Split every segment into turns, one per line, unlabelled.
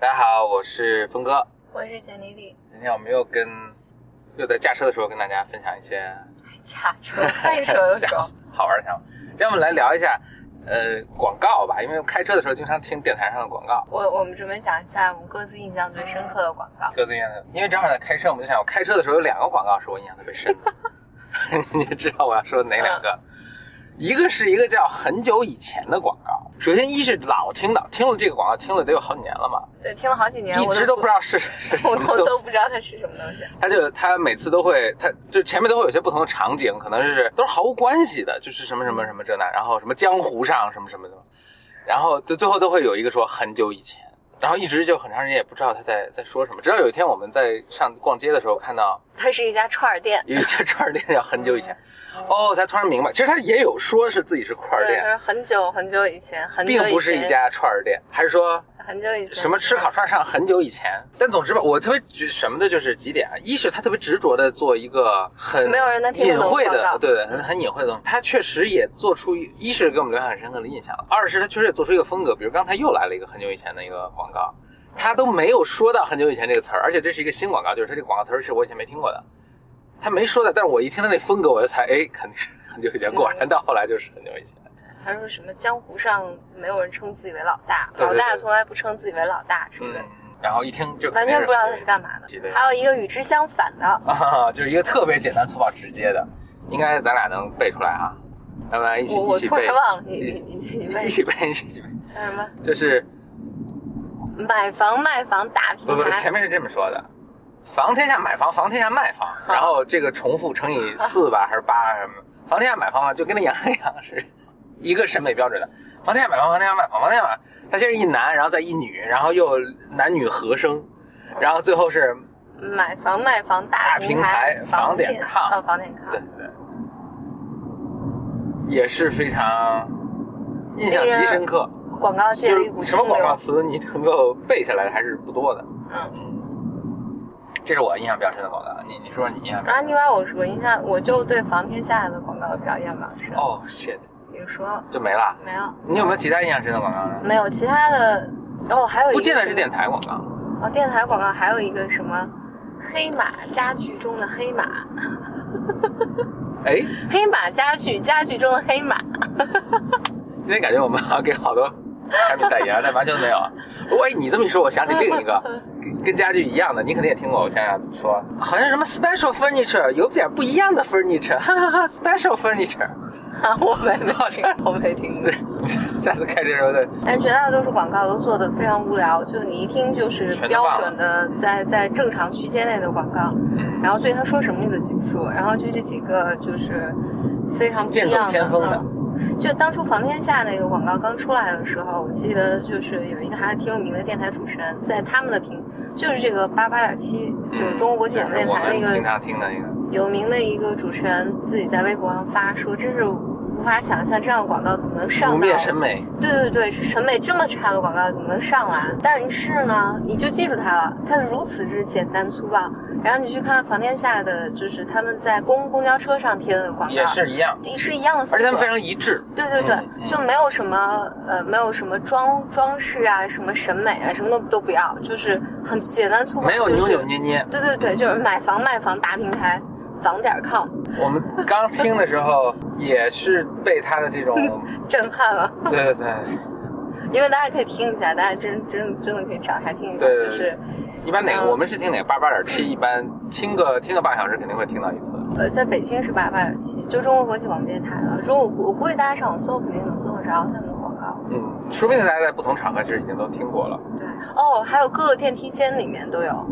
大家好，我是峰哥。
我是简丽丽，
今天我们又跟又在驾车的时候跟大家分享一些
驾车快手 有
想
种，
好玩的想法。今天我们来聊一下呃广告吧，因为开车的时候经常听电台上的广告。
我我们准备讲一下我们各自印象最深刻的广告。
各自印象，因为正好在开车，我们就想，我开车的时候有两个广告是我印象特别 深的，你知道我要说哪两
啊
个？一个是一个叫很久以前的广告，首先一是老听到，听了这个广告听了得有好几年了嘛，
对，听了好几年，
一
哎我
直都不知道是是什
我
么
都
东
都
西。
不知道它是什么东西。
他就他每次都会，他就前面都会有些不同的场景，可能是都是毫无关系的，就是什么什么什么这那，然后什么江湖上什么什么的，然后就最后都会有一个说很久以前，然后一直就很长时间也不知道他在在说什么，直到有一天我们在上逛街的时候看到
它是一家串儿店，
有一家串儿店叫很久以前，
嗯
哦，才突然明白，其实他也有说是自己是串儿
对，它
店，
是很久很久以前，很久以
并
前
不是一家串儿店，还是说
很久以前
什么吃烤串上很久以前。但总之吧，我特别觉什么的就是几点啊，一是他特别执着的做一个很
没有人能听得
隐
懂
晦
广
的
告，
对对，很很隐晦的东西。他确实也做出一一是给我们留下很深刻的印象，二是他确实也做出一个风格，比如刚才又来了一个很久以前的一个广告。他都没有说到很久以前这个词儿，而且这是一个新广告，就是他这个广告词儿是我以前没听过的，他没说的，但是我一听他那风格，我就猜，哎，肯定是很久以前，果然到后来就是很久以前。
还说什么江湖上没有人称自己为老大，
对对
老大
对
从来不称自己为老大什么
嗯
的，，
然后一听就
完全不知道它是干嘛
记
的
得。
还有一个与之相反的，
啊，就是一个特别简单、粗暴、直接的，应该咱俩能背出来哈、咱们来一起
我我
一起
突
背
然，忘了，你你你你问
一起背，一起背，
叫什么？
就是
买房卖房打平
不不，
台
前，面是这么说的，房天下买房，房天下卖房，
好
然后这个重复乘以四吧，还是八啊什么，房天下买房嘛，就跟那杨洋一样是一个审美标准的。房天下买房，房天下卖房，房天下买，它先是一男，然后再一女，然后又男女合声，然后最后是
买房卖房
大
大
平台
房
房点 com
哦，房点 com，
对对，也是非常印象极深刻。
广告界
就
的
是
一股
什
清
么广告
流。
词你能够背下来的还是不多的。
嗯，
这是我印象比较深的广告。你你说你印象比较
然后
深
另外我我印象我就对房天下的广告比较印象深，
哦、shit，
比如说
就没了。
没有
你有没有其他印象深的广告呢？
没有其他的，哦还有一个
不见得是
什么
电台广告。
哦电台广告，还有一个什么黑马家具中的黑马，
哎，
黑马家具家具中的黑马，
今天感觉我们好像给好多产品代言，但完全没有。喂，你这么一说，我想起另一个。跟跟家具一样的，你肯定也听过。我想想怎么说，好像什么 special furniture，有点不一样的 furniture，哈哈哈，special furniture。
啊我没没听过，我没听过。
下次开车时候再
但绝大多数广告都做的非常无聊，就你一听就是
全都忘
标
了
准的在在正常区间内的广告，然后所以他说什么你都记不住，然后就这几个就是非常不一
剑走
样
偏锋的
嗯就当初房天下那个广告刚出来的时候，我记得就是有一个还挺有名的电台主持人，在他们的平就是这个八八点七，就是中国国际广播电台
嗯就是
那
我们
个
经常听的那个，
有名的一个主持人自己在微博上发说，真是无法想象这样的广告怎么能上
拂
到
面审美，
对对对，是审美这么差的广告怎么能上来？啊但是呢，你就记住它了，它如此之简单粗暴。然后你去看房天下的，就是他们在公公交车上贴的广告，
也是一样，
是一样的风格，
而且他们非常一致。
对对对，
嗯嗯
就没有什么呃，没有什么装装饰啊，什么审美啊，什么都都不要，就是很简单粗暴，
没有
就是
扭扭捏捏，
对对对，就是买房卖房打平台，房点儿 com
我们刚听的时候也是被他的 这种，
震撼了。
对对对，
因为大家可以听一下，大家真真真的可以找来听一下，
对对对
就是
一般哪个
嗯
我们是听哪个八八点七，一般听个听个半小时肯定会听到一次。
呃，在北京是八八点七，就中国国际广播电台了。如果我我估计大家上网搜，肯定能搜得着他们的广告。
嗯，说不定大家在不同场合其实已经都听过了。
对，哦，还有各个电梯间里面都有，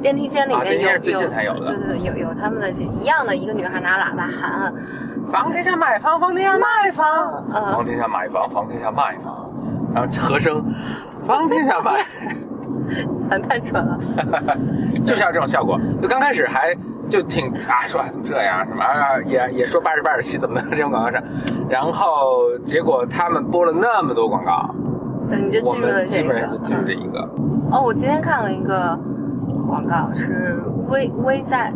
电梯间里
啊电
面
梯
有、
间是最近才有的
对对对，有有他们的这一样的一个女孩拿喇叭喊，啊
房天下买房，房天下卖房，
呃
嗯房，天下买房，房天下卖房，然后和声，房天下买。
喊太蠢了。
就是要这种效果。就刚开始还就挺啊，说啊怎么这样，什么啊也也说八十八十七怎么能这种广告上，然后结果他们播了那么多广告，
对，你就
我
记住了
们基
这个
本上就。记住这一个。
哦，我今天看了一个广告，是微微在，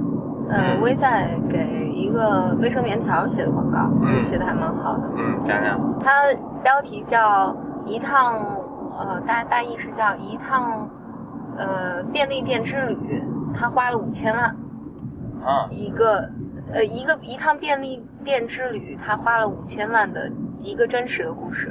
呃，
嗯
微在给一个卫生棉条写的广告，
嗯
写的还蛮好的。
嗯，讲讲，
它标题叫一趟，呃，大大意是叫一趟呃便利店之旅，他花了五千万
啊，
一个，呃一个一趟便利店之旅，他花了五千万的一个真实的故事。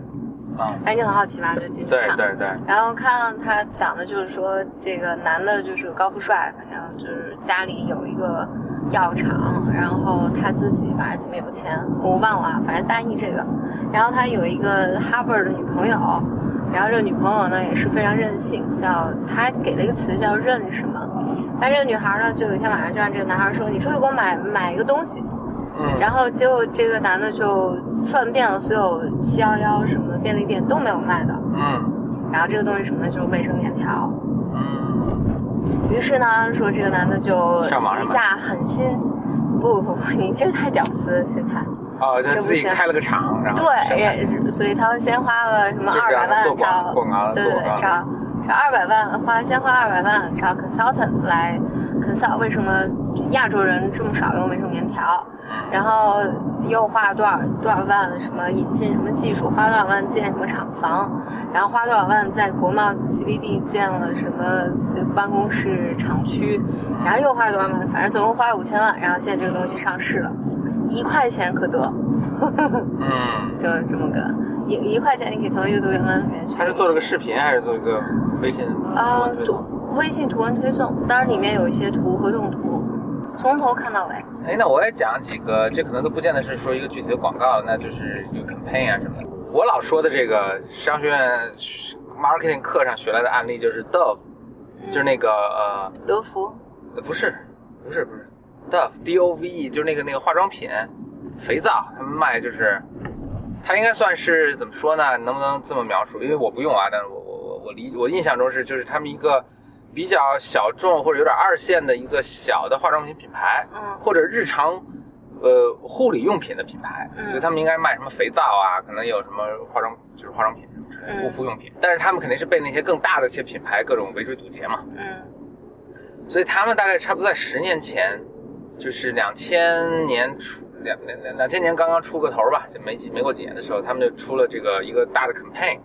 啊，
哎，你很好奇吧？就进去
对
看。
对对，
然后看他讲的就是说，这个男的就是个高富帅，反正就是家里有一个药厂，然后他自己反正怎么有钱，我忘了啊，反正大意这个。然后他有一个哈佛的女朋友，然后这个女朋友呢也是非常任性，叫他给了一个词叫任什么。但这个女孩呢，就有一天晚上就让这个男孩说：“你出去给我买买一个东西。”
嗯，
然后结果这个男的就转遍了所有七幺幺什么的便利店都没有卖的。
嗯
然后这个东西什么呢，就是卫生棉条。
嗯，
于是呢，说这个男的就
上网上买
一下狠心，不不不，你这个太屌丝的心态。
哦，
这
他
不
自己
行
开了个厂，然后
对，
生产
也所以他先花了什么
就是
二
让
百
他做
万
广
找，
广告，
对
做
对
广告，
找找二百万花，先花二百万找 consultant 来 consult 为什么亚洲人这么少用卫生棉条，
嗯
然后又花了多少多少万什么引进什么技术，花多少万建什么厂房，然后花多少万在国贸 CBD 建了什么就办公室厂区，然后又花了多少万，反正总共花了五千万，然后现在这个东西上市了，一块钱可得，
嗯，
就这么个一一块钱，你可以从阅读原文里面去。
他是做了个视频还是做一个微信
啊
推
图
送？
微信图文推送，当然里面有一些图和动图，从头看到尾。
哎，那我也讲几个，这可能都不见得是说一个具体的广告，那就是有 campaign 啊什么的。我老说的这个商学院 marketing 课上学来的案例就是 Dove，就是
嗯
那个呃，
德芙，
呃不是，不是，不是，Dove D O V E，就是那个那个化妆品、肥皂，他们卖就是，它应该算是怎么说呢？能不能这么描述？因为我不用啊，但是我我我我理我印象中是就是他们一个比较小众或者有点二线的一个小的化妆品品牌，
嗯
或者日常。呃，护理用品的品牌，
嗯
所以他们应该卖什么肥皂啊，可能有什么化妆，就是化妆品什么之类的
嗯
护肤用品。但是他们肯定是被那些更大的一些品牌各种围追堵截嘛。
嗯
所以他们大概差不多在十年前，就是两千年出两两两两千年刚刚出个头吧，就没几没过几年的时候，他们就出了这个一个大的 campaign，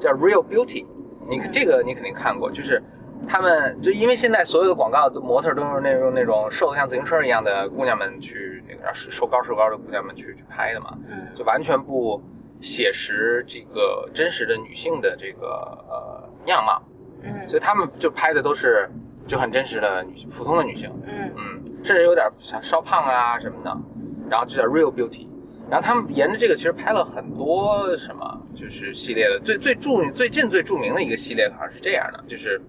叫 Real Beauty。你
嗯
这个你肯定看过，就是他们就因为现在所有的广告的模特都是那种那种瘦的像自行车一样的姑娘们去那个让瘦高瘦高的姑娘们去去拍的嘛，
嗯
就完全不写实这个真实的女性的这个呃样貌。
嗯
所以他们就拍的都是就很真实的女性，普通的女性，
嗯
嗯，甚至有点小稍胖啊什么的，然后就叫 Real Beauty。然后他们沿着这个其实拍了很多什么，就是系列的最最著名最近最著名的一个系列好像是这样的，就是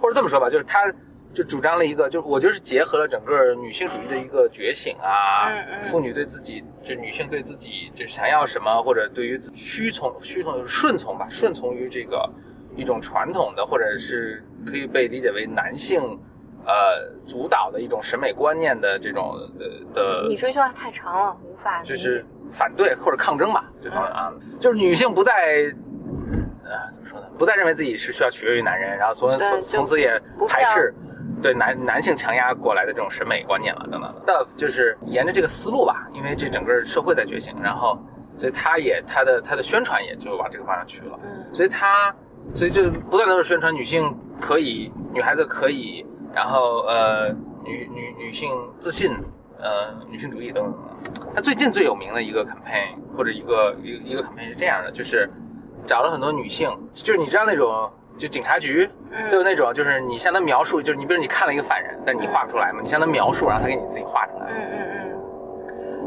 或者这么说吧，就是他就主张了一个，就是我觉得是结合了整个女性主义的一个觉醒啊，
嗯嗯
妇女对自己就女性对自己就是想要什么，或者对于自屈从屈从顺从吧，顺从于这个一种传统的，或者是可以被理解为男性呃主导的一种审美观念的这种呃的
你
的，
这句话太长了，无法理
就
解。嗯
是反对或者抗争吧，这方面啊，就是女性不再呃怎么说呢，不再认为自己是需要取悦于男人，然后从
对
从
就
从此也
不
排
要
斥。对男男性强压过来的这种审美观念了，等等的，那就是沿着这个思路吧，因为这整个社会在觉醒，然后，所以他也他的他的宣传也就往这个方向去了。
嗯
所以他，所以就不断的宣传女性可以，女孩子可以，然后呃，女女女性自信，呃，女性主义等等等等。他最近最有名的一个 campaign 或者一个一个一个 campaign 是这样的，就是找了很多女性，就是你知道那种。就警察局
嗯
都有那种，就是你向他描述，就是你比如你看了一个犯人，但你画不出来嘛，你向他描述，然后他给你自己画出来
嗯。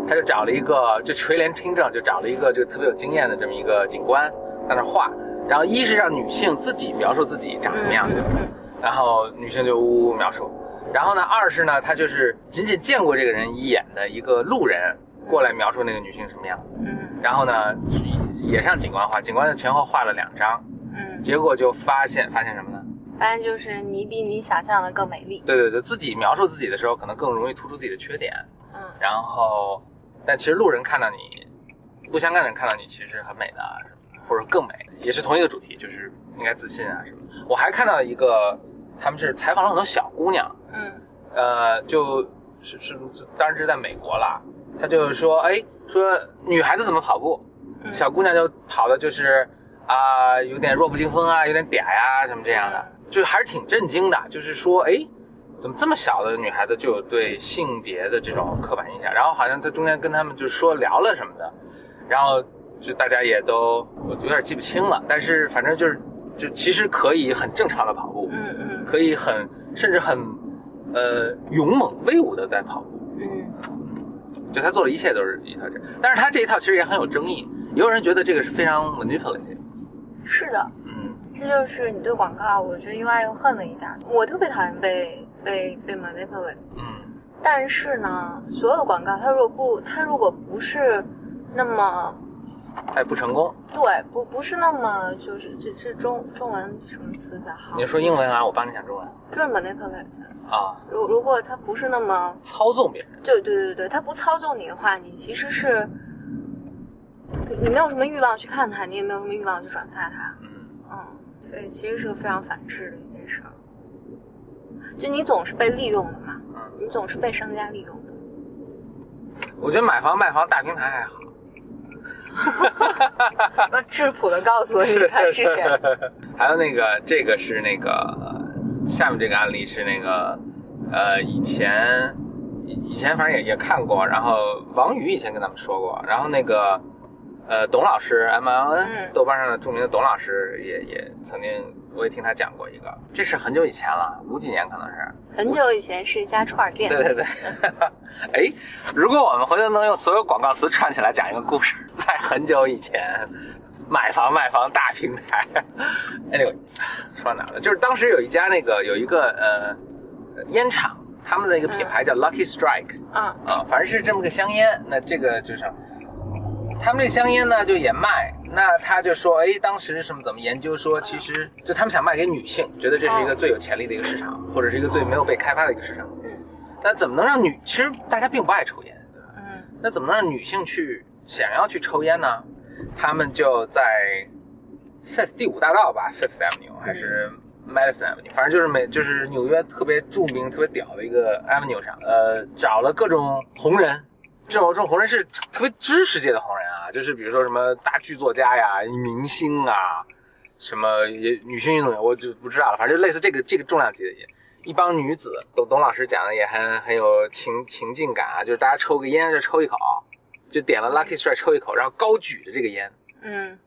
嗯
他就找了一个就垂帘听政，就找了一个这个特别有经验的这么一个警官在那儿画。然后一是让女性自己描述自己长什
嗯
么样子，
嗯
然后女性就呜呜描述。然后呢，二是呢，他就是仅仅见过这个人一眼的一个路人过来描述那个女性什么样子。
嗯
然后呢，也让警官画，警官就前后画了两张，
嗯
结果就发现发现什么呢？
嗯，反正就是你比你想象的更美丽。
对对对，自己描述自己的时候，可能更容易突出自己的缺点。
嗯
然后，但其实路人看到你，不相干的人看到你，其实是很美的啊，或者更美，也是同一个主题，就是应该自信啊什么的。我还看到一个，他们是采访了很多小姑娘，
嗯
呃，就是是，当然是在美国啦。他就是说，哎，说女孩子怎么跑步，
嗯，
小姑娘就跑的就是啊、有点弱不禁风啊，有点嗲呀、什么这样的。就还是挺震惊的，就是说，哎，怎么这么小的女孩子就有对性别的这种刻板印象？然后好像他中间跟他们就说聊了什么的，然后就大家也都我有点记不清了，但是反正就是就其实可以很正常的跑步，
嗯嗯
可以很甚至很呃勇猛威武的在跑步。
嗯，
就他做的一切都是一套这，但是他这一套其实也很有争议，也有人觉得这个是非常 manipulative。
是的，
嗯，
这就是你对广告，我觉得又爱又恨的一点。我特别讨厌被被被 manipulate，
嗯，
但是呢，所有的广告它如果不它如果不是那么
哎，不成功，
对不不是那么就是这这中中文什么词比较好？
你说英文啊，我帮你讲中文
就是 manipulate，
啊，
如如果它不是那么
操纵别人。
对对对对，它不操纵你的话，你其实是你你没有什么欲望去看它，你也没有什么欲望去转发它。
嗯，
嗯，所以其实是个非常反智的一件事儿。就你总是被利用的嘛，
嗯
你总是被商家利用 的。
我觉得买房卖房大平台还好。
那质朴的告诉我你他是谁？
还有那个，这个是那个，呃下面这个案例是那个，呃，以前以以前反正也也看过，然后王宇以前跟咱们说过，然后那个，呃，董老师 M L N、
嗯
豆瓣上的著名的董老师也也曾经我也听他讲过一个，这是很久以前了，五几年可能是，
很久以前是一家串儿店
对，对对， 哎，如果我们回头能用所有广告词串起来讲一个故事，在很久以前，买房卖房大平台。anyway，说到哪儿了？就是当时有一家那个有一个呃呃烟厂，他们的一个品牌叫 Lucky Strike
嗯
啊、反正是这么个香烟。那这个就是他们这个香烟呢，就也卖。那他就说，哎，当时什么怎么研究说，其实就他们想卖给女性，觉得这是一个最有潜力的一个市场，或者是一个最没有被开发的一个市场。那怎么能让女？其实大家并不爱抽烟，对吧？
嗯
那怎么能让女性去想要去抽烟呢？他们就在 Fifth 第五大道吧，Fifth Avenue 还是 Madison Avenue，反正就是美就是纽约特别著名、特别屌的一个 Avenue 上，呃，找了各种红人。这种这种红人是特别知识界的红人啊，就是比如说什么大剧作家呀、明星啊，什么也女性运动员，我就不知道了，反正就类似这个这个重量级的也，一帮女子，董董老师讲的也很很有情情境感啊，就是大家抽个烟就抽一口，就点了 Lucky Strike 抽一口，然后高举着这个烟，
嗯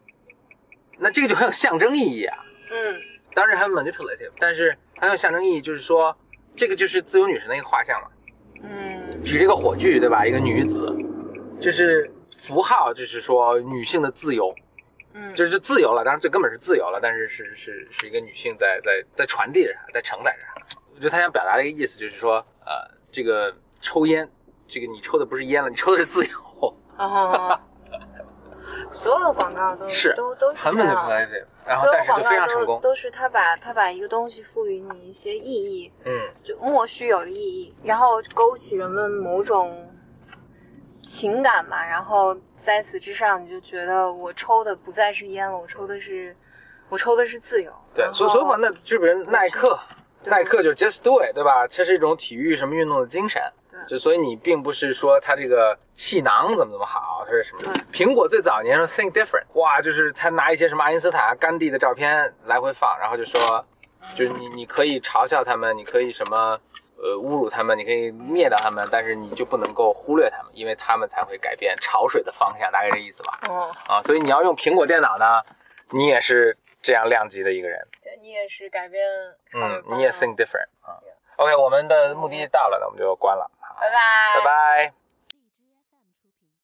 那这个就很有象征意义啊，
嗯
当然很 manipulative，但是很有象征意义，就是说这个就是自由女神的一个画像嘛，
嗯
举这个火炬对吧？一个女子，就是符号，就是说女性的自由，
嗯，
就是自由了，当然这根本是自由了，但是是是是一个女性在在在传递着啥，在承载着啥。我觉得他想表达的一个意思就是说，呃，这个抽烟，这个你抽的不是烟了，你抽的是自由，
哦，所有的广告都
是
都都是
很
这
稳的
样
朋
的。
友，然后
啊所有
但是就
的广
非常
告
成
都
功，
都是他把他把一个东西赋予你一些意义，
嗯，
就莫须有的意义，然后勾起人们某种情感吧，然后在此之上，你就觉得我抽的不再是烟了，我抽的是我抽的是自由。
对，所以所以嘛，那就比如耐克，
哦对
耐克就是 just do it，对吧？这是一种体育什么运动的精神
对，
就所以你并不是说它这个气囊怎么怎么好，它是什么？苹果最早年是 think different，哇，就是他拿一些什么爱因斯坦、啊甘地的照片来回放，然后就说，就是你你可以嘲笑他们，你可以什么。呃，侮辱他们，你可以灭掉他们，但是你就不能够忽略他们，因为他们才会改变潮水的方向，大概这意思吧。
哦，
啊，所以你要用苹果电脑呢，你也是这样量级的一个人。
对你也是改变，
嗯，你也 think different 啊。OK，我们的目的到了，那我们就关了。好
拜拜，
拜拜。